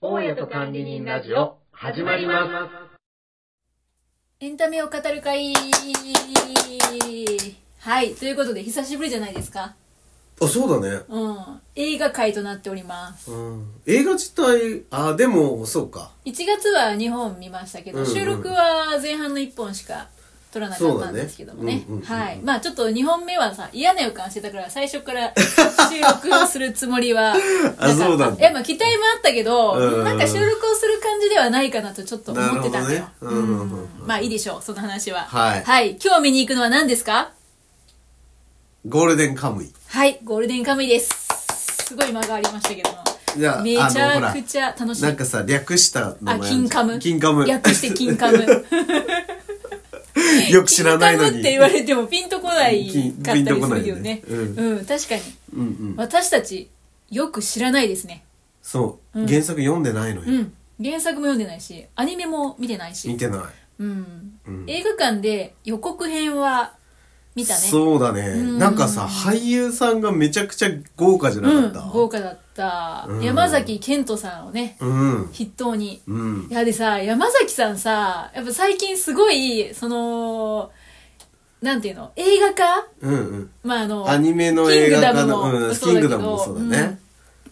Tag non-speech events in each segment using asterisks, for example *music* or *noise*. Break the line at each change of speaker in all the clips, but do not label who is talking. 屋と管理人ラジオ、始まりま
エンタメを語る会はい、ということで久しぶりじゃないですか。
あそうだね、
うん。映画会となっております。
うん、映画自体あでもそうか
1月は2本見ましたけど、
うんうん
収録は前半の1本しか撮らなかったんですけどもね。
そうだねうんうんうん
はい。まあちょっと2本目はさ、嫌な予感してたから最初から収録をするつもりは
あ
な
そ
か
う
った。
ないんだ
や、まあ期待もあったけど、
うんうんうん
なんか収録をする感じではないかなとちょっと思ってたんだよ。
なるほどねうんうんうん
うまあいいでしょう、その話は。
はい
はい。今日見に行くのは何ですか
ゴールデンカムイ
はい、ゴールデンカムイです。すごい間がありましたけども。
じゃあ
めち
あのほ
ゃ
ら
くちゃ楽しい。
なんかさ略した名前
あ、金カム。
金カム
略して金
*laughs*
カム。
よく知らないの
金カムっ
に
て言われてもピンとこないかったりするよね。
ピンとこないよね
うん、確かに。
うんうん
私たち、よく知らないですね。
そう、原作読んでないの
う
よ、
ん。原作も読んでないし、アニメも見てないし
見。てない
うん。
うん
映画館で予告編は見たね。
そうだね、
ん
なんかさ俳優さんがめちゃくちゃ豪華じゃなか
う
った
ん、豪華だった。
うん
山崎賢人さんをね、
うん
筆頭に。
うん
いやでさ山崎さんさやっぱ最近すごいそのなんていうの映画化
うんうん
まああの
アニメ
キ
の
ン
映
グ
画
ダ
化
ム
の
も
うん
そうだ
キ
けど
ングダムもそうだね、
うん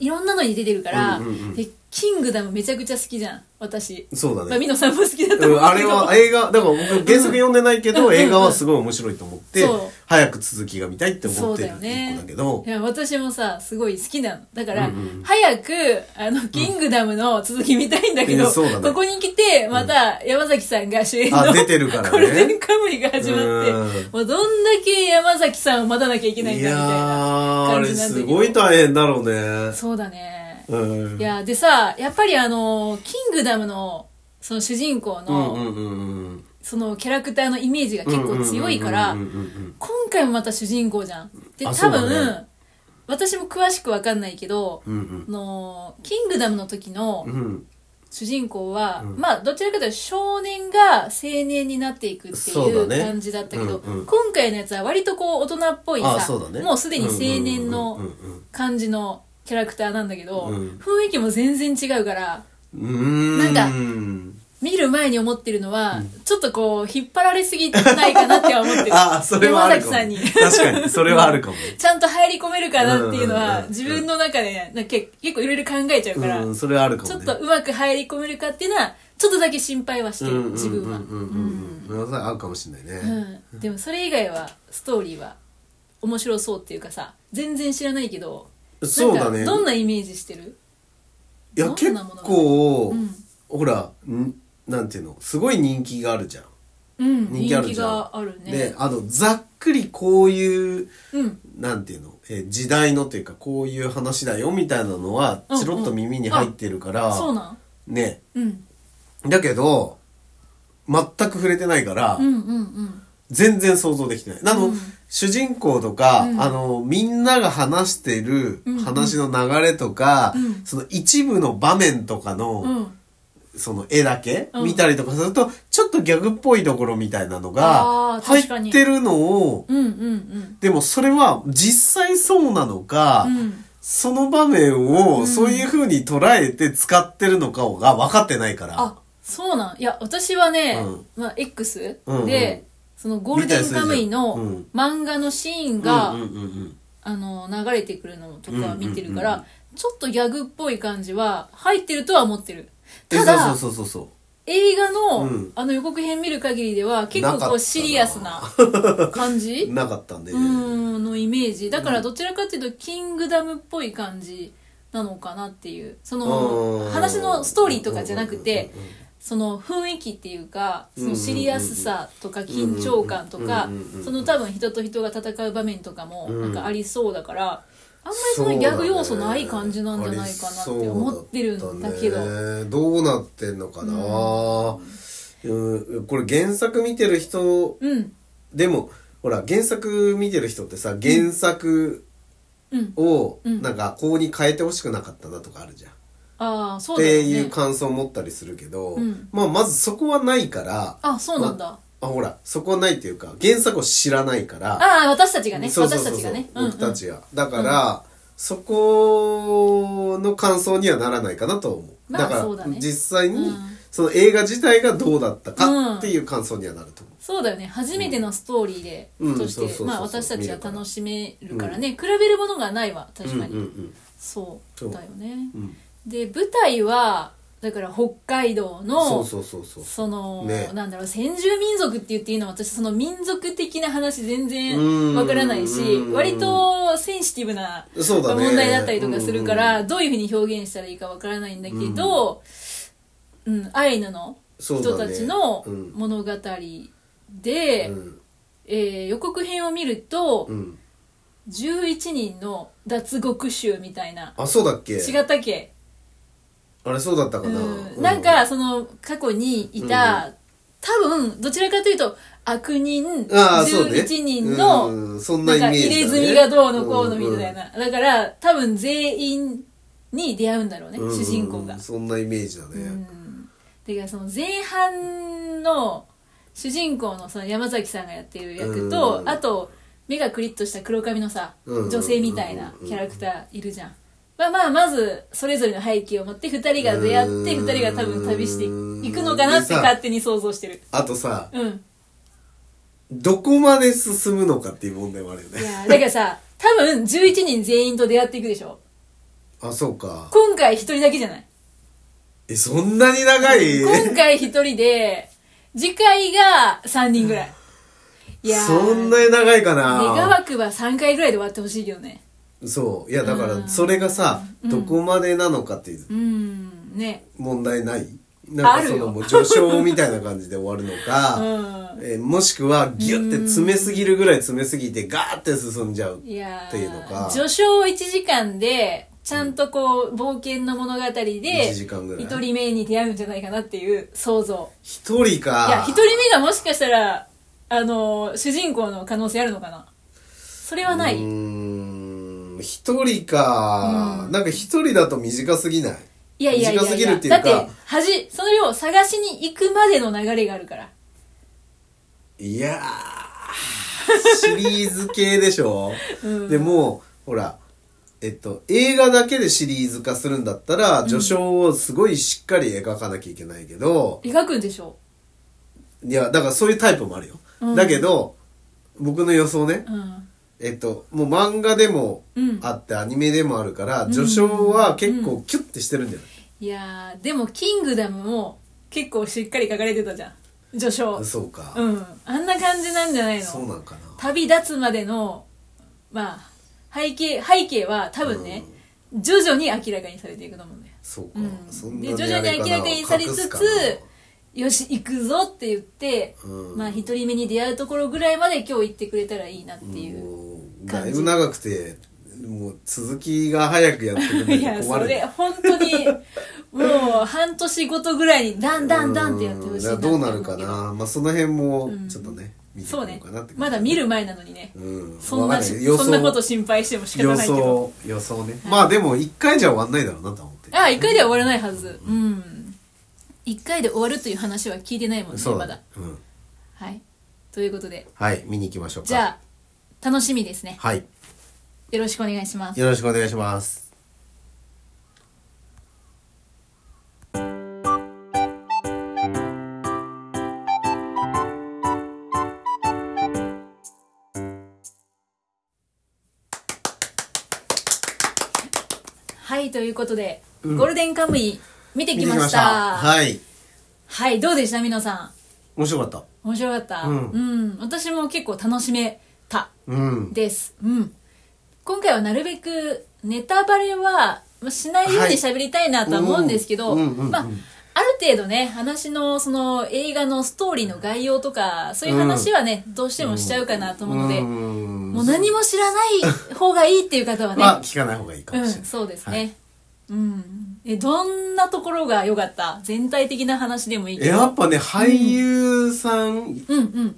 いろんなのに出てるから、
うんうんうん
でキングダムめちゃくちゃ好きじゃん私
そうだね
まあ、ミノさんも好きだと思う
う
けど、
ん、あれは映画、だから僕原作読んでないけど、
うん
映画はすごい面白いと思って、
そう
早く続きが見たいって思ってる
そうだよね
一個だけど
い、や私もさすごい好きなのだから、
うんうん
早くあのキングダムの続き見たいんだけ
い
ど、
やそうだね
ここに来てまた山崎さんが主演の、
あ出てるからね
ゴールデンカムイが始まって
うん
もうどんだけ山崎さんを待たなきゃいけないん
い
だ
や
みたいな
ー、あ
感
れ
じなんだけど
すごい大変だろうね。
そうだね、
うん。
いやでさやっぱりあのキングダムのその主人公
うん
の、
うんうんうん。
そのキャラクターのイメージが結構強いから、
うんうんうんうん
今回もまた主人公じゃん。で、
あ
多
そ
分、
うだ
私も詳しくわかんないけど、
うんうん
あのキングダムの時の
うんうん。
主人公は、
うん
まあ、どちらかというと少年が青年になっていくってい
そううだね
感じだったけど、
うんうん
今回のやつは割とこう大人っぽい
あ
さ、
あ、そうだね。
もうすでに青年の
うんうん
感じのキャラクターなんだけど、
うん
雰囲気も全然違うから、
うんうん。うーん。。
なん見る前に思ってるのは、ちょっとこう、引っ張られすぎないかなっては思ってる
*laughs* *laughs* ああ、それはあ
山
る
崎
かも。
さんに。
確かに、それはある
*laughs*
かも。
ちゃんと入り込めるかなっていうの
うんうんうん
は
うん
自分の中でなんか結結構いろいろ考えちゃうから、
うん、それはあるかも
ち
ね。
ょっとうまく入り込めるかっていうのはちょっとだけ心配はしてる、自分は、
うんうんうんうんうん。それは合うかもしれないね。
うんでもそれ以外はストーリーは面白そうっていうかさ全然知らないけど
そうだね
なんかどんなイメージしてる
いや
どん
結
なものが
構、
ん
ほらんなんていうのすごい人気があるじゃん
うん
人気あるじゃん
があるね
であのざっくりこういう
うん
なんていうのえー時代のというかこういう話だよみたいなのは
うんうん
チロッと耳に入ってるから、
そうなん
ね
うん
だけど全く触れてないから、
うんうんうん
全然想像できてない。あの、主人公とか、
うん
あの、みんなが話してる
うんうん
話の流れとか、
うん
その一部の場面とかの、
うん
その絵だけ
うん
見たりとかすると、ちょっとギャグっぽいところみたいなの
あー
が入
確かに
ってるのを、
うんうん
でもそれは実際そうなのか、
うん
その場面をそういう風に捉えて使ってるのかが分かってないから
あ、そうなんいや私はね、
うん
まあ、X で、
うんうん
そのゴールデンカムイ
見
の漫画のシーンが、
うんうんうん
あの流れてくるのとかは見てるから、
うんうん
ちょっとギャグっぽい感じは入ってるとは思ってる
え
ただ
そうそうそうそう
映画の,、
うん
あの予告編見る限りでは結
な
構
かっ
こ
た
う
な
シリアスな感
*laughs*
じ
なかったんで、
うーんのイメージだからどちらかっていうとキングダムっぽい感じなのかなっていうその
うん
話のストーリーとかじゃなくて
うんうんうん
その雰囲気っていうかそ
うん
の
うんうん
シリアスさとか緊張感とか
うんうんうんうん
その多分人と人が戦う場面とかも
うん
なんかありそうだからあんまりそのギャグ要素ない感じなんじゃないかなって思ってるんだけど
そうだったねどうなってんのかな、うんこれ原作見てる人
うん
でもほら原作見てる人ってさ原作
うん
を
うん
なんかこうに変えてほしくなかったなとかあるじゃん、
ああそ
っ
うだ
て
よ
いう
ね
感想を持ったりするけど、
うん
まあ、まずそこはないから
あそうなんだ
まあほらそこはないっていうか原作を知らないから
ああ私たちがね
そうそう
私
そ
た
う
ち
そ
が
う
ねうんうん
僕たちがだから、そこの感想にはならないかなと思う
まあ
だから
そうだね
実際に、
うん
その映画自体がどうだった
うん
かっていう感想にはなると思
そうだよね初めてのストーリーで、
うん
とし
うんそうそう
て
そう
まあ
そう
私たちは楽しめるからね、比べるものがないわ
う。
確かに、
うんうん
そう
そう
だよね
うんうん
で舞台はだから北海道の
そうそうそうそう。
その、
ね
なんだろう先住民族って言っていいの私その民族的な話全
うん
然わからないし
うん
割とセンシティブな
そうだね。
問題だったりとかするから、
うん
どういうふうに表現したらいいかわからないんだけど、うんアイヌの人たちの
そうだねうん
物語で、
うん
えー予告編を見ると、
うん。
11人の脱獄囚みたいな
あ、そうだっけ
違ったっけ
あれそうだったかな。
う、
うん
なんか、その過去にいた、多分どちらかというと悪人
ああ、そうね。
11人の、
うんそんな
な
イ
ん
メ
か
ージだね。
入れ墨がどうのこうのみたい
うん
な、だから多分全員に出会うんだろうね、
うん。
主人公が
うん、そんなイメージだ
う
ね。
ん、てかその前半の主人公のその山崎さんがやっている役と、
うん
あと目がクリッとした黒髪のさ、
うん
女性みたいなキャラクターいるじゃん、まあまあまずそれぞれの背景を持って2人が出会って
うん
2人が多分旅していくのかなって勝手に想像してる
あとさ、
うん
どこまで進むのかっていう問題もあるよ
い
ね。
やーだからさ多分11人全員と出会っていくでしょ
あ、そうか。
今回1人だけじゃない
え、そんなに長い
今回1人で次回が3人ぐら
*laughs*
いいやー
そんなに長いか
願
な
わくば3回ぐらいで終わってほしいけどね
そう。いや、だか
うん
ら、それがさ、どこまでなのかっていう
うんね
問題ないなん
あ
か
る
そ
よ
の、もう序章みたいな感じで終わるの
*laughs* う
か、
ん
えーもしくは、ギュって詰めすぎるぐらい詰めすぎて、ガーって進んじゃう。
いやー
っていうのか
序章を1時間でちゃんとこう冒険の物語で
1時間ぐらい
1人目に出会うんじゃないかなっていう想像
一人か。
いや1人目がもしかしたらあのー主人公の可能性あるのかなそれはないう
ーん、一人か。なんか一人だと短すぎない
いやいやいや
短すぎるっていう
だ
か
ってはじそれを探しに行くまでの流れがあるから
いやー、シリーズ系でしょ、でもう、ほら、えっと、映画だけでシリーズ化するんだったら、序章をすごいしっかり描かなきゃいけないけど、
描くんでしょ
いや、だからそういうタイプもあるよ。
うん
だけど、僕の予想ね、
うん
えっと、もう漫画でも
うん
あって、アニメでもあるから、序章は結構キュッてしてるんじゃない、
いやーでも「キングダム」も結構しっかり書かれてたじゃん序章
そうか、
うんあんな感じなんじゃない
そう
の
なんかな。
旅立つまでのまあ背景背景は多分ね、徐々に明らかにされていくと思うんだよ
そうか。
うん
そんな
で徐々に明らかにされつつよし行くぞって言って、
うん
まあ一人目に出会うところぐらいまで今日行ってくれたらいいなっていう、
もう
感
だ
じ
いぶ長くてもう続きが早くやって
*laughs* い
くれない
や
と
そ
困る
れ本当にもう半年ごとぐらいにダンダンダンってやってほしい
うん
って
ど
思
う
け
なるかなまあその辺もちょっとね、見てい
そ
こ
う
う
ね
かなって感じ
まだ見る前なのにね、
うん
そん
わ
な
か
し
る予想
そんなこと心配しても仕方
予
ないけど
想予想ね、まあでも一回じゃ終わんないだろうなと思って
ああ一回では終わらないはずうん一回で終わるという話は聞いてないもんね
そう
まだ
だね、うん、
はいということで
はい見に行きましょうか
じゃあ楽しみですね
はい
よろしくお願いします
よろしくお願いします
はいということで、
うん
ゴールデンカムイ見てきましたはい、
はい
どうでした皆さ
面白かった
ん面白かった
うん
うん、私も結構楽しめた
うん
です。うん。今回はなるべくネタバレはまあしないように喋りたいなとは思うんですけど、
はいうんうんうん
まあ、ある程度ね、話のその映画のストーリーの概要とか、そういう話はね、どうしてもしちゃうかなと思うので、
うん
もう何も知らない方がいいっていう方はね、
まあ聞かない方がいいか
う
も
ん、
しれない、
そうですね。
はい
うん。え、どんなところが良かった全体的な話でもいいけど。
やっぱね俳優さん、
うんうん。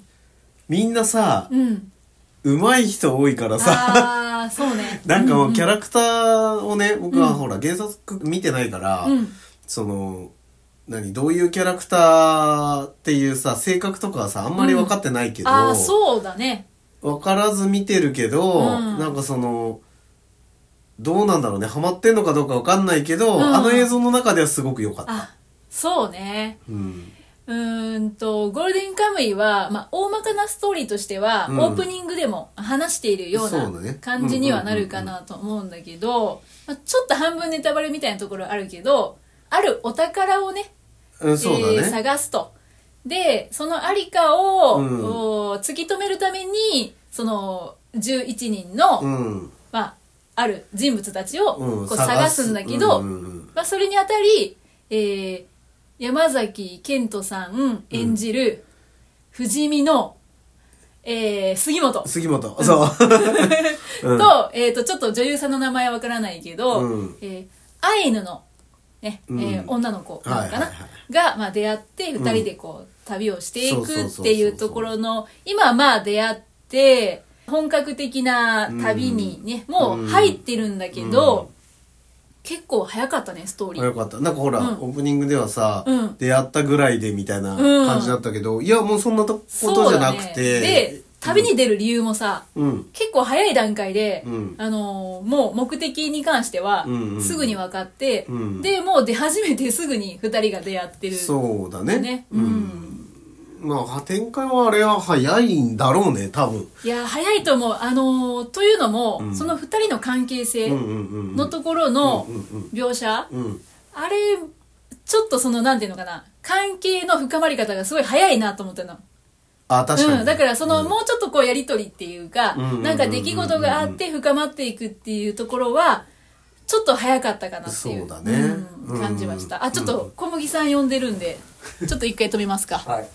みんなさ
うん。
うまい人多いからさ
ああ、そうね。
*laughs* なんかもうキャラクターをね僕はほら原作見てないから、
うん
その何どういうキャラクターっていうさ性格とかはさあんまり分かってないけど、
ああ、そうだね。
分からず見てるけど、
うん
なんかそのどうなんだろうねハマってんのかどうかわかんないけど、
うん
あの映像の中ではすごく良かった、
あ、そうね。
うん、
うーんと、ゴールデンカムイは、まあ、大まかなストーリーとしては、
うん
オープニングでも話しているよう
そうだね
な感じにはなるかなと思うんだけど、まあ、ちょっと半分ネタバレみたいなところあるけど、あるお宝をね、
うん、そうだね、
えー探すと。で、そのありかを、
うん
お突き止めるために、その、11人の、
うん
まあ、ある人物たちをこ
うん
う探すんだけど、
うんうん
まあ、それにあたり、えー山崎賢人さん演じる、不死身の、えー杉本
うん、杉本そう、うん、
と、えっ、と、ちょっと女優さんの名前はわからないけど、
うん
えーアイヌの、ね、
うん
えー女の子なのかな、
はいはいは
が、まあ、出会って、二人でこう、旅をしてい
そうそう
く
そう
っ
そう
ていうところの、今、まあ、出会って、本格的な旅にね、もう入ってるんだけど、
うん
結構早かったね、ストーリ
あ
ー。
よかったなんかほら、
うん
オープニングではさ、
うん
出会ったぐらいでみたいな感じだったけど、いやもうそんなとことじゃなくて、
で、旅に出る理由もさ、
うん
結構早い段階で、
うん
あのーもう目的に関しては
うんうん
すぐに分かって、
うん
でもう出始めてすぐに2人が出会ってる
そうだね
ね
うんまあ展開はあれは早いんだろうね多分
いや早いと思う、あのーというのも、
うん
その2人の関係性
うんうんうんうん
のところの
うんうん
描写、
うん
あれちょっとそのなんていうのかな関係の深まり方がすごい早いなと思ったの。
あ確かに、
うん、だからその、
うん
もうちょっとこうやりとりっていうか、
うんうんうんうん
なんか出来事があって深まっていくっていうところはちょっと早かったかなっていう
そうだね
うん感じました、
うん
あちょっと小麦さん呼んでるんでちょっと一回止めますか
はい。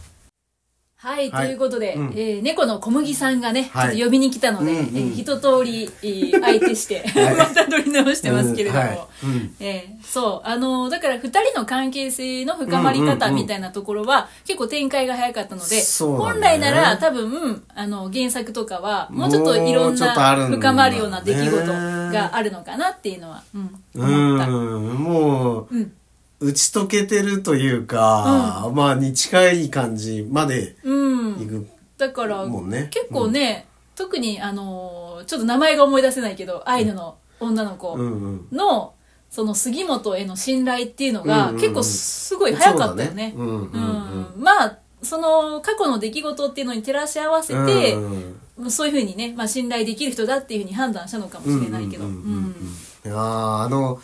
はい、
はい
ということで、
うん
えー猫の小麦さんがね、
はい
ちょっと呼びに来たので、
うんうん
えー一通り、えー相手
*laughs*
して、 *laughs* また取り直してますけれども、
うんはいうん
えーそうあのーだから2人の関係性の深まり
うんうん
方
うん
みたいなところは、結構展開が早かったので、
そうだね
本来なら多分あの原作とかはもうちょっといろ
もうんちょっとある
なん
だね
深まるような出来事があるのかなっていうのは、うん、思った。
うんもう、
うん
打ち解けてるというか、まあに近い感じまで
うん
いく、
だから、
もうね
結構ね、特にあのーちょっと名前が思い出せないけどアイヌの女の子
うん、うん
の、その杉本への信頼っていうの
うん
が
うんうん
結構すごい早かったよね。
そうだねうんうんうん
うんまあその過去の出来事っていうのに照らし合わせて、
うんうん
そういうふうにね、まあ、信頼できる人だっていうふうに判断したのかもしれないけど。
うんうんうん
うん
うんいやーあの、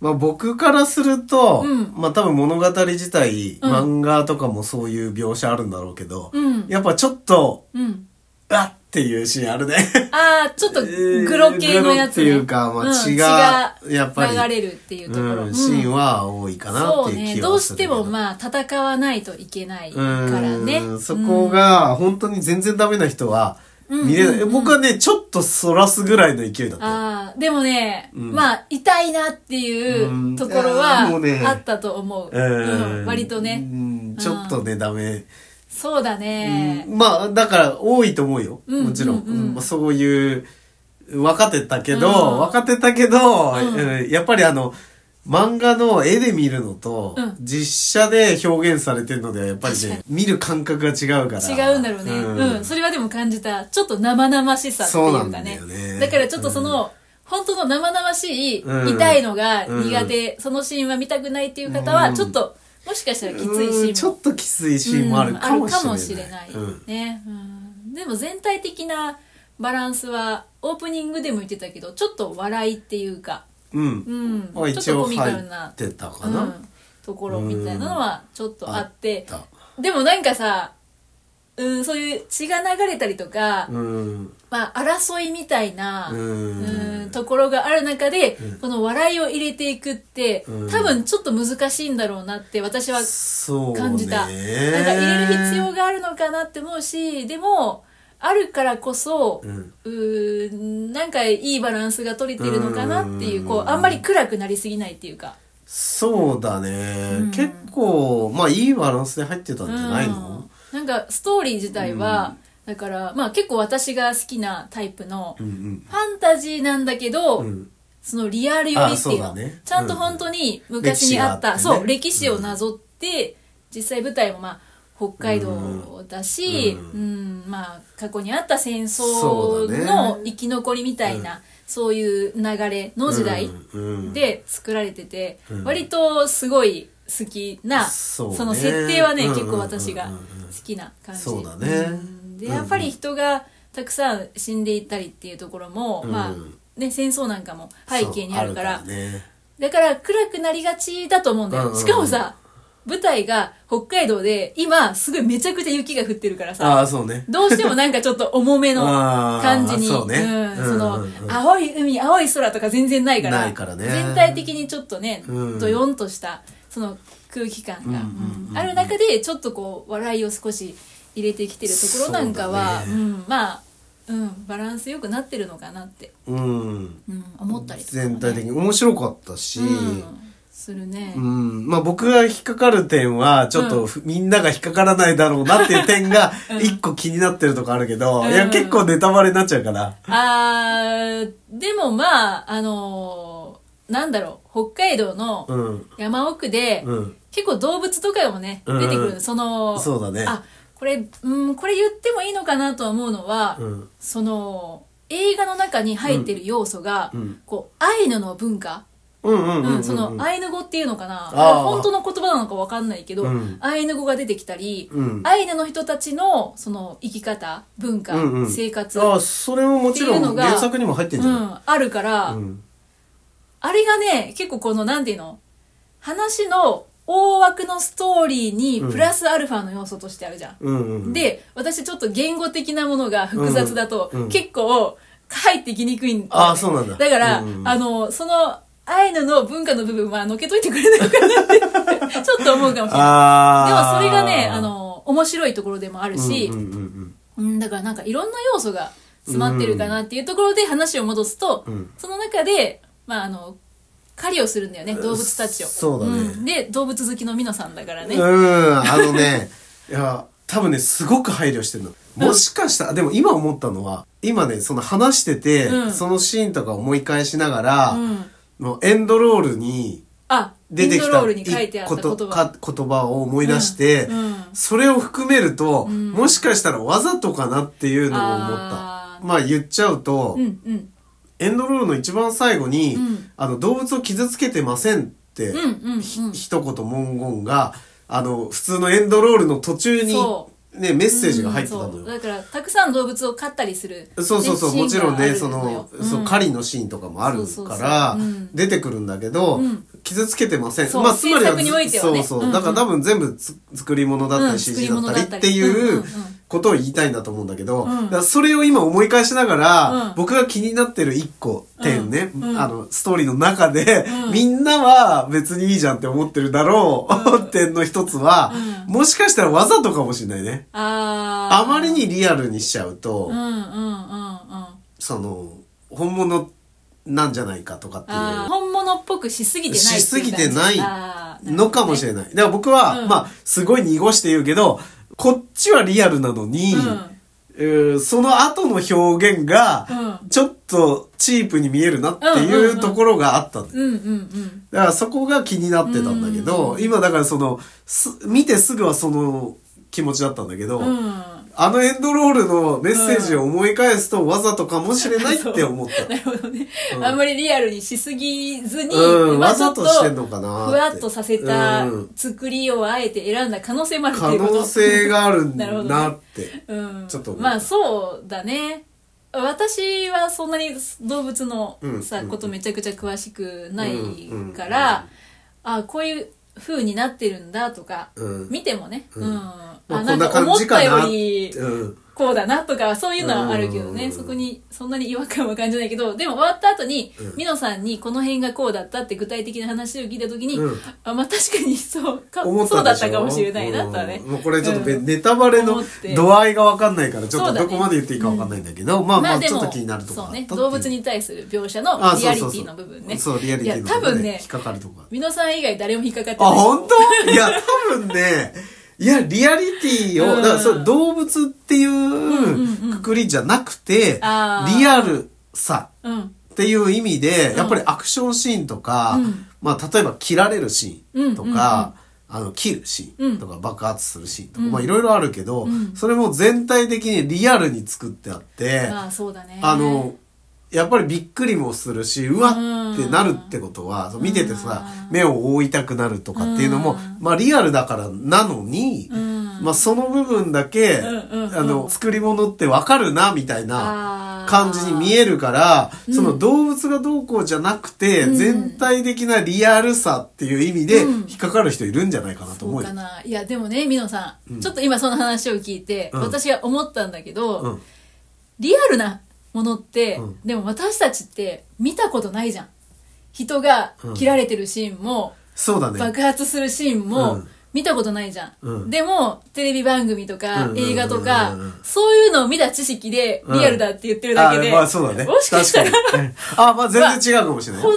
まあ、僕からすると、
うん
まあ多分物語自体、
うん
漫画とかもそういう描写あるんだろうけど、
うん
やっぱちょっと、
うん
うわっっていうシーンあるね。
ああ、ちょっとグロ系のやつ、ね
グロっていうかまあ
ん
血が
が
やっぱり
流れるっていうところ。
うん、シーンは多いかなっ
そ
て
う
いう
ね
気
ど
は
う
す
し
るけ
て
ど。
もまあ戦わないといけないからね
うんそこが本当に全然ダメな人は見れない、僕はねちょっとそらすぐらいの勢いだったよ
ああでもね、
ん
まあ痛いなっていうところは
うんいやーもうね
あったと思う、
うん
うん割とね、
うんちょっとね、ダメ、
そうだね、
うんまあだから多いと思うよ
うん
もちろん、
うんうん
うんまあ、そういう分かってたけど、
うん
分かってたけど、
ん
うんやっぱりあの漫画の絵で見るのと、
うん
実写で表現されてるのではやっぱり
確
ね見る感覚が違うから
違うんだろうね、うんそれはでも感じたちょっと生々しさっていう
そう
か
なんだ
ね
よね
からちょっとその、本当の生々しい
うん
痛いのが苦手、そのシーンは見たくないっていう方は
うん
ちょっともしかしたらきついシーン
うん
も
ちょっときついシーンもあるか
うん
もしれない,、
あるかもしれない
うん
ね、うん、でも全体的なバランスはオープニングでも言ってたけどちょっと笑いっていうか、
うん
うん、ち
まあ
ょっ
一
と
応
コミカ
入
ルな
ってたかな、
うん、ところみたいなのはちょっとあって
あっ
でもなんかさ、うん、そういう血が流れたりとか、
うん
まあ、争いみたいな、
うん
うんところがある中で、この笑いを入れていくって、
うん
多分ちょっと難しいんだろうなって私は
そうね
感じた、なんか入れる必要があるのかなって思うしでもあるからこそ、
うん
うーんなんかいいバランスが取れてるのかなっていう
うん
こうあんまり暗くなりすぎないっていうか
そうだね、
うん
結構まあいいバランスで入ってたんじゃないの、
うんなんかストーリー自体は、だからまあ結構私が好きなタイプの、
うん、う
フ
ん
ァンタジーなんだけど、
うん
そのリアル寄りっていう
あそうだ
の
ね
ちゃんと本当に昔にあった、
歴史があっ
そ
てね
う歴史をなぞって、実際舞台もまあ北海道だし、う
う
んまあ、過去にあった戦
そ
争
うだね
の生き残りみたいなそういう流れの時代
うんうん
で作られてて、
うん
割とすごい好きな、
そうね
の設定はね、
うんうんうんうん
結構私が好きな感じ
そうだね
んでやっぱり人がたくさん死んでいったりっていうところも、
うん
まあね、戦争なんかも背景にあるから
そうね
だから暗くなりがちだと思うんだよ、
うんうんうん
しかもさ舞台が北海道で今すごいめちゃくちゃ雪が降ってるからさ
ああそうね
どうしてもなんかちょっと重めの
*laughs* あー
感じに、
そうね
ん、そ
うん
の
うんうん
青い海青い空とか全然ないから
ないからね
全体的にちょっとね、
うん
ドヨンとしたその空気感が、
うんうんうん
うんある中でちょっとこう笑いを少し入れてきてるところなんかはう、
そうだね
ん、まあ、うん、バランスよくなってるのかなって、
うん
うん、思ったりとかね、
全体的に面白かったし、
うん、するね、
うん。まあ僕が引っかかる点は、ちょっとふ、みんなが引っかからないだろうなっていう点
*laughs*
が、一個気になってるとこあるけど、
うん
いや、結構ネタバレになっちゃうから。
あーでもまああのーなんだろう北海道の
うん。
山奥で、
うん。
結構動物とかもね
うん
出てくるの、その
そうだね
あこれうんこれ言ってもいいのかなとは思うのは、
うん。
その映画の中に入ってる要素が、
うん
こうアイヌの文化、
うんうん
う
うんんうん。
その
イ
アイヌ語っていうのかな
あー
本当の言葉なのかわかんないけど、
うん
アイヌ語が出てきたり、
うん
アイヌの人たちのその生き方文化、
うんうん
生活
ああ、それももちろ
っていうの
ん
が
原作にも入ってんじゃ
うん、あるから、
ないうん。
あれがね、結構この、なんていうの話の大枠のストーリーにプラスアルファの要素としてあるじゃん。
うんうん。、
で、私ちょっと言語的なものが複雑だと、
うんうん
結構入ってきにくいんだよね
ああそうなんだ
だから、
うんうん
あの、その、アイヌの文化の部分はのけといてくれないかなって、ちょっと思うかもしれない。でも
ああ。
それがね、あ、の、面白いところでもあるし、
うんうんうん
うん、だからなんかいろんな要素が詰まってるかなっていうところで話を戻すと、
うん
その中で、まあ、あの狩りをするんだよね動物たちを
そうだね
んで動物好きのミノさんだから
う
ね、
ん。うん、あのね、いや、多分ね、すごく配慮してるの。もしかしたら、でも今思ったのは、今ね、その話してて、
うん
そのシーンとか思い返しながら、
うん
のエンドロールに
あ
出てき
エンド
た
ロールに書いてあった言
こと
葉
か言葉を思い出して、
うんうん
それを含めると、もしかしたらわざとかなっていうのを思った
あ。ー
まあ言っちゃうと、
うんうん
エンドロールの一番最後に、
うん
あの動物を傷つけてませんって、
うんうんうん
ひ一言文言が、あの、普通のエンドロールの途中に
そ、
ね、メッセージが入ってたのよ。
うんそうだからたくさん動物を飼ったりする、
そうそうそう、
ね
もちろん
シ
ね、
ー
そ
ンがあるよ
の、そう、
ん
狩りのシーンとかもある
そうそう
か
そう
ら
うん、
出てくるんだけど
うん、
傷つけてません。
そう
まあ、つまり
制
は
作においては
ず、
ね
そう
うん
そうう。
ん
だから多分全部つ作り物だった
うん
り CG だっ
作り物だったた
り
り
ってい
んうんう
うんことを言いたいんだと思うんだけど、
うん
だからそれを今思い返しなが
うん
ら、僕が気になってる一個点ね、
うんうん
あの、ストーリーの中で
う、ん
みんなは別にいいじゃんって思ってるだろう *laughs* 点の一つは、もしかしたらわざとかもしれないね。
あー
あまりにリアルにしちゃうと、
うんうんうんうん
その本物なんじゃないかとかって
あー
い
本物っぽくしすぎてないっていう感じ
しすぎてない
あー
うのかもしれ
な
ない。だから僕は、
うん
まあすごい濁して言うけどこっちはリアルなのに、
うん
えーその後の表現が
うん
ちょっとチープに見えるなって
うんうん
い
うん
うところがあったの
るねうんうん
だからそこが気になってたんだけど、今だからそのす見てすぐはその気持ちだったんだけど、
うんうん
あのエンドロールのメッセージを思い返すとわざとかもしれないって思った。
なるほどね、あんまりリアルにしすぎずに、
うん
まあ
わざと
ちょっ
してんのかなって
ふわっとさせた
うん
作りをあえて選んだ可能性もあるって
可
いうこと
能性があるん
なるほ
だ
ど
な
ね
って。
うん
ちょっと思う
まあそうだね私はそんなに動物の
うん
さ、
うん
ことめちゃくちゃ詳しくないか
うんうん
ら、あこういう風になってるんだとか、
うん
見てもね、うんあ
まあ
な
こん
ん
な
か
感
思っ
じか
た
な
より
うん
こうだなとかそういうのはあるけど
う
ね
ん
そこにそんなに違和感は感じないけどでも終わった後に
うん
ミノさんにこの辺がこうだったって具体的な話を聞いた時に、
うん
あまあ確かにそうか
思った
そ
ん
うだ
で
っ
しょ
たかもしれないなとはね
うんもうこれちょっとべ
うん
ネタバレの
思って
度合いがわかんないから、ちょ
そ
っと
うだね
どこまで言っていいかわかんないんだけど、まあまあ
で
ちょ
も
っと気になるところ
そうね動物に対する描写の
あ
リア
そう
リテ
そうそう
ィの部分ね
そう、リアリティの
いや多分ね
引っかかるとこがある
ミノさん以外誰も引っかかって
あ、
ない
本当いや、多分ね、いや、リアリティを、
うん
だからそれ動物ってい
んうん
うくくりじゃなくて、
あー
リアルさ
うん
っていう意味で、
ん
やっぱりアクションシーンとか、
うん
まあ、例えば切られるシーンとか、あの、切るシーンとか、爆発するシーンとか、まあ、いろいろあるけど、
うん
それも全体的にリアルに作ってあって、
まあそうだね
あの、やっぱりびっくりもするし、うわってなるってことは、そう見ててさ、目を覆いたくなるとかっていうのも、まあリアルだからなのに、まあその部分だけ、
うんうん
あの、作り物ってわかるな、みたい
あ
な
ー
感じに見えるから、その動物がどうこうじゃなくて、全体的なリアルさっていう意味で、
うん
引っかかる人いるんじゃないかなと
そ
思
う
うよ
か。ないやでもねみのさん、ちょっと今その話を聞いて、
うん
私が思ったんだけど、
うん
リアルなものって、
うん
でも私たちって見たことないじゃん人が切られてるシーンも、
そうだね。
爆発するシーンも、
うん
見たことないじゃん、
うん
でもテレビ番組とか、
うん
映画とか、
うんうんうん
そういうのを見た知識で
うん
リアルだって言ってるだけで、
あまあそうだね。
もしかしたら
確かにうんあ、まあ全然違うかもしれない。
本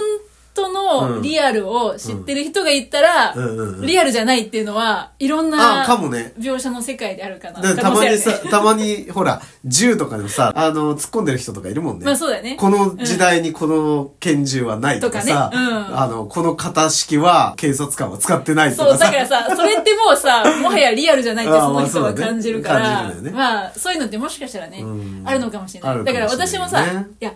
当のリアルを知ってる人がいたら、
うんうんうんうん
リアルじゃないっていうのはいろんな
あかもね
描写の世界であるかな
だからた
可能
ま
性あ
に
る
さ
ね、
たまに、ほら、銃とかでもさ、あの、突っ込んでる人とかいるもんね。
まあそうだよね
この時代にこの拳銃はないとかさ、
とかねうん
あの、この型式は警察官は使ってないと
そ
か
うだ
さ
か、らさそれってもう
*laughs*
さもはやリアルじゃないって
あー
その人
まあ
は
そうだね
感じるから
感じるんだよね
まあそういうのってもしかしたらね
うん
あるのかもしれな
あ
い
る
だ
かも
か
し
ら
れないね
私もさいや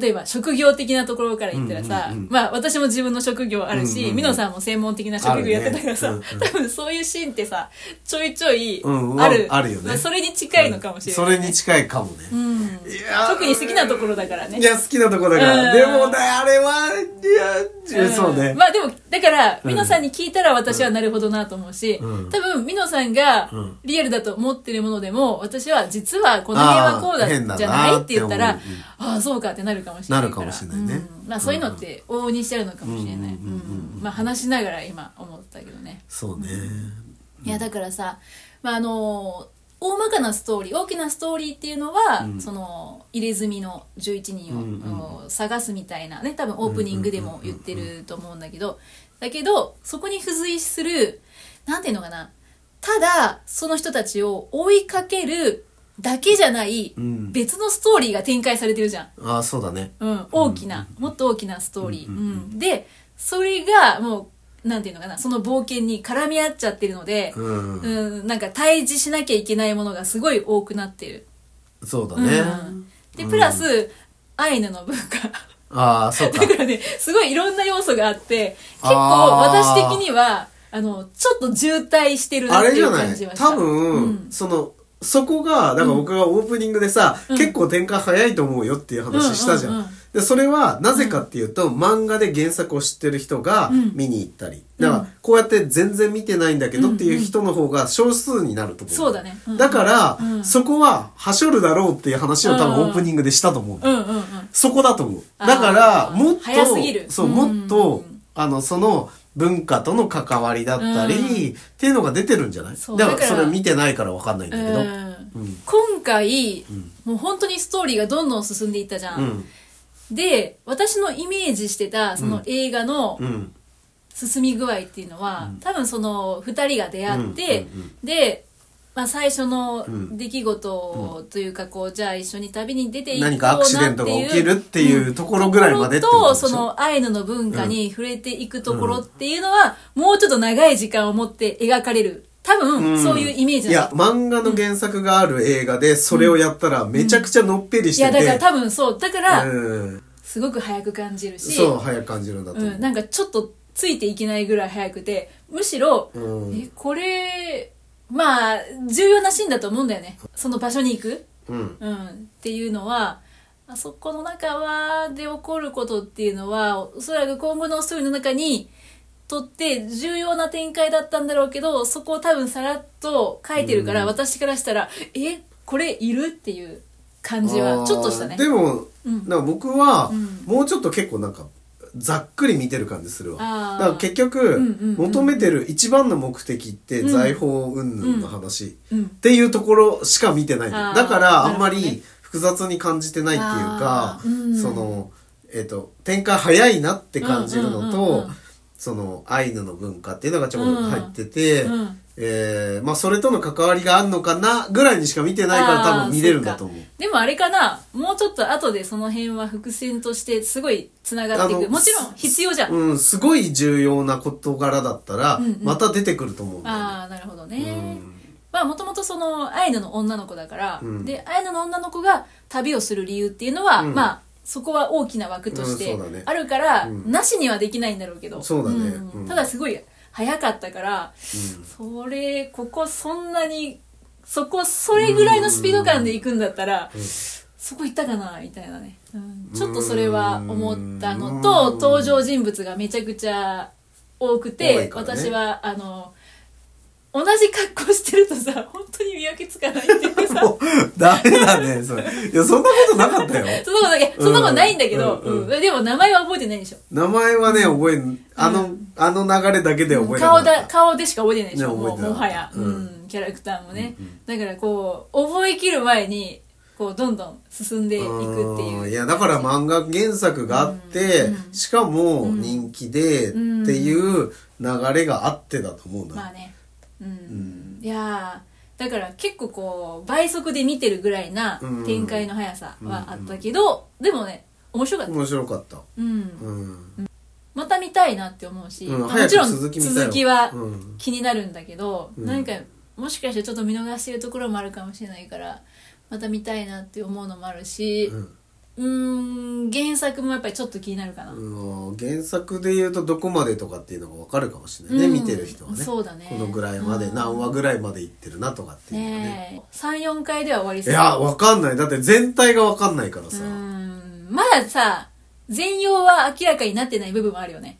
例えば職業的なところから言ったらさ、
うんうんうん
まあ私も自分の職業ある
うんうん
し、
うん
ミノさんも専門的な職業やってたからさ、
あるねうんうん
多分そういうシーンってさ、ちょいちょい
うん
ある。
あるよね
まそれに近いのかもしれない、
それに近いかもね。
うん
いやー
特に好きなところだからね。
いや、好きなとこだから。
うん
でもね、あれは、いや、
ん
そうね。
まあでも、だから、
うん
ミノさんに聞いたら私はなるほどなと思うし、
うん
多分、ミノさんが
うん
リアルだと思ってるものでも、私は実はこの辺はこう
あー変
だ
だ
じゃない
なー
って言ったら、
っ
あ
て思ううん
あー、そうかってなるかもしれないから。
なるかもしれないね
うんまあそういうのって往々にしてあるのかもしれない。
うんうん
うんまあ話しながら今思ったけどね。
そうね。
いやだからさ、まあ、あの大まかなストーリー大きなストーリーっていうのは、
うん
その入れ墨の11人を、
うんうん
あの探すみたいなね多分オープニングでも言ってると思うんだけど、だけどそこに付随するなんていうのかなただその人たちを追いかけるだけじゃない
うん
別のストーリーが展開されてるじゃん。
あそうだね。
うん、大きな、もっと大きなストーリー、うんでそれがもうなんていうのかなその冒険に絡み合っちゃってるので、
うん。
うん、なんか対峙しなきゃいけないものがすごい多くなってる。
そうだ
うん
ね。
で、プラス、アイヌの文化。 *laughs*
ああ、そうか
だ。からね、すごいいろんな要素があって、結構
あー
私的には、あの、ちょっと渋滞してるな
あ
って
れ
い
じゃ
う
な
感
い
じはした。
多分、
うん
そのそこがだから僕がオープニングでさ、
ん
結構展開早いと思うよっていう話したじゃん,、
うんうんうん
でそれはなぜかっていうと、漫画で原作を知ってる人が
ん
見に行ったり、だからこうやって全然見てないんだけどっていう人の方が少数になると思う、
そうだねうんうん
だから、
うん
そこははしょるだろうっていう話を多
うんう
分
ん
オープニングでしたと思う、
うんうんうん。
そこだと思う。
あー
だから、もっと、
早すぎる
そう、
うん
もっと、あの、その文化との関わりだったり、
う
っていうのが出てるんじゃない
そう
だか
だ
ら、
から
それ見てないからわかんないんだけど。うん。
うん今回、もう本当にストーリーがどんどん進んでいったじゃん。で、私のイメージしてた、その映画の
うん。
進み具合っていうのは、多分その2人が出会って、
うんうんうん
で、まあ、最初の
ん
出来事というかこうじゃあ一緒に旅に出ていこうなってい
何
う
かアクシデントが起きるっていうところぐらいまでって
と
こ
ころ
で
と
しょ
そのアイヌの文化に触れていくところっていうのは、もうちょっと長い時間を持って描かれる多分そういうイメージ
い
なんだ、
や漫画の原作がある映画で、それをやったら、めちゃくちゃのっぺりし
いや
てて。
だから多分そうだから
うん。
すごく早く感じるし、
そう、早く感じるんだと思う。
うん、なんかちょっとついていけないぐらい早くてむしろ、
うん
えこれまあ重要なシーンだと思うんだよねその場所に行く、
うん。
うん、っていうのはあそこの中はで起こることっていうのはおそらく今後のストーリーの中にとって重要な展開だったんだろうけどそこを多分さらっと書いてるから、私からしたらえこれいるっていう感じはちょっとしたね
あーでも、
うん
なんか僕は、
ん
もうちょっと結構なんかざっくり見てる感じするわ
あー
だから結局、
んうんうん
求めてる一番の目的って
うん
財宝云々の話、
うん
っていうところしか見てないのよ
あー
だからあんま
なるほどね
り複雑に感じてないっていうか
あ、ーうん
その、えっと展開早いなって感じるのと、
うんうんうんうん
そのアイヌの文化っていうのがちょこちょこ入ってて、
うんうん
えーまあ、それとの関わりがあるのかなぐらいにしか見てないから多
あー
分見れるんだと思う
そっかでもあれかなもうちょっと後でその辺は伏線としてすごいつながってい
あ
く
の
もちろん必要じゃん、
うん、すごい重要な事柄だったら、
んうん
また出てくると思うんだよね、
ああなるほどね、
うん
まあもともとそのアイヌの女の子だから、
うん
でアイヌの女の子が旅をする理由っていうのは、
うん
まあそこは大きな枠として
うんそうだね
あるから、
うん
なしにはできないんだろうけど
そうだね
ん
うん
ただすごい早かったから、それここそんなにそこそれぐらいのスピード感で行くんだったら、そこ行ったかなみたいなね、うん、ちょっとそれは思ったのと、
うん
登場人物がめちゃくちゃ多くて、
多いからね
私はあの同じ格好してるとさ *laughs* 本当に見分けつかないっていう
*laughs*
かさ
もうダメだねそれいやそんなことなかったよ
そんなことないそんなことないんだけど、
うんうん
うんでも名前は覚えてないでしょ。
名前はね覚えんあの、あの流れだけで覚えなか
顔
っ
だ
た
顔でしか覚えてないでしょ、
ね
も
覚
う
えてな
も
かった
はや、う
うんん
キャラクターもね、だからこう覚えきる前にこうどんどん進んでいくっていううん
やだから漫画原作があって、しかも人気でっていう流れがあってだと思うな、
まあねうん、いやーだから結構こう倍速で見てるぐらいな
うん
展開の速さはあったけど、でもね面白かった、
面白かった
うん
うん、
また見たいなって思うし、
うん
まあ
早く
もちろん
続き見たいわ
続きは
うん
気になるんだけど、
うん
なんかもしかしてちょっと見逃してるところもあるかもしれないからまた見たいなって思うのもあるし
うん
うーん原作もやっぱりちょっと気になるかな、
うん原作で言うとどこまでとかっていうのが分かるかもしれないね、
うん
見てる人はね
そうだね
このぐらいまで、
うん
何話ぐらいまでいってるなとかっていうのがね
ねえ34回では終わり
い
そう
や分かんないだって全体が分かんないから
う
さ、
ーんまださ全容は明らかになってない部分もあるよね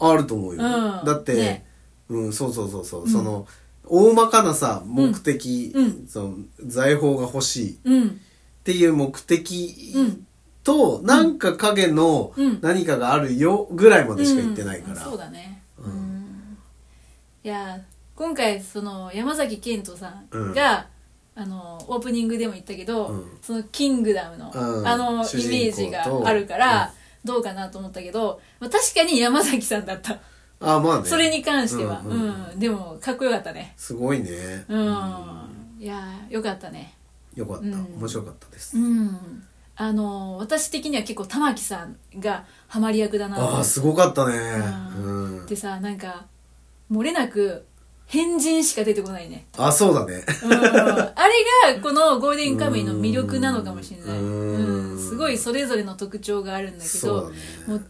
あると思うよ、
うん
だって、
ね
うん、そうそうそうそう、その大まかなさ目的、
うんうん
その財宝が欲しいっ
うん
ていう目
う
的
ん
と、なんか影の
うん
何かがあるよぐらいまでしか言ってないか
う
ら、
んそうだねうんいや今回その山崎賢人さんが、あのオープニングでも言ったけど、
うん
その「キングダムの」
うん
あのイメ
主人公と
ージがあるから、どうかなと思ったけど、まあ、確かに山崎さんだった、
あまあね
それに関しては、
う
うんん
うん
でもかっこよかったね
すごいね、
うん、いやよかったね
よかった、
うん
面白かったです、
うんあの私的には結構玉木さんがハマり役だなと思っ
あ
て
あすごかったねうん、
でさなんか漏れなく変人しか出てこないね、
あそうだね
うん *laughs* あれがこのゴールデンカムイの魅力なのかもしれない、
うん
うんすごいそれぞれの特徴があるんだけ
そ
ど
うだね
もう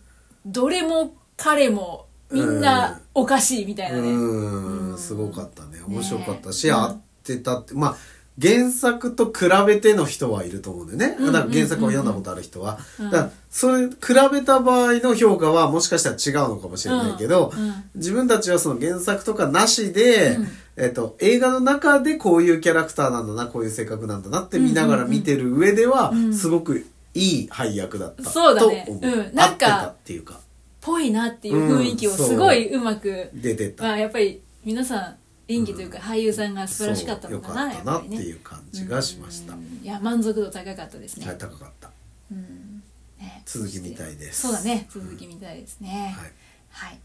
どれも彼もみんなおかしいみたいなね、
う
うんん
すごかったね面白かった
ね
し
え
合ってたってまあ原作と比べての人はいると思うんだよね、
んうん
だから原作を読んだことある人は、
うん
だからそれ比べた場合の評価はもしかしたら違うのかもしれないけど、
うんうん
自分たちはその原作とかなしで、
うん
えっと映画の中でこういうキャラクターなんだなこういう性格なんだなって見ながら見てる上では、
ん
すごくいい配役だった
そうだね
と思
うんなんか
合ってたっていうか
ぽいなっていう雰囲気をすごいうまく、
出てた
まあ、やっぱり皆さん演技というか俳優さんが素晴らしかったのかな、
そうよかったな
や
っ
ぱりね
ていう感じがしました、
うんいや満足度高かったですね、
はい、高かった。
ね
続きみたいです
そうだね続きみたいですね、
はい。
はい、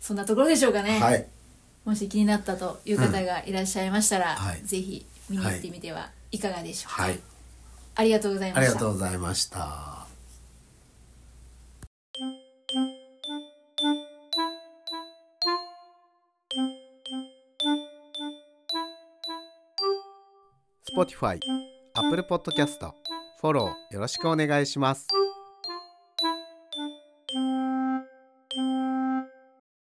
そんなところでしょうかね、
はい。
もし気になったという方がいらっしゃいましたら、
んはい
ぜひ見に行ってみてはいかがでしょうか、
はい。
ありがとうござい
あ
ま
り
し
が
た
とうございました。Spotify、Apple Podcast、フォローよろしくお願いします。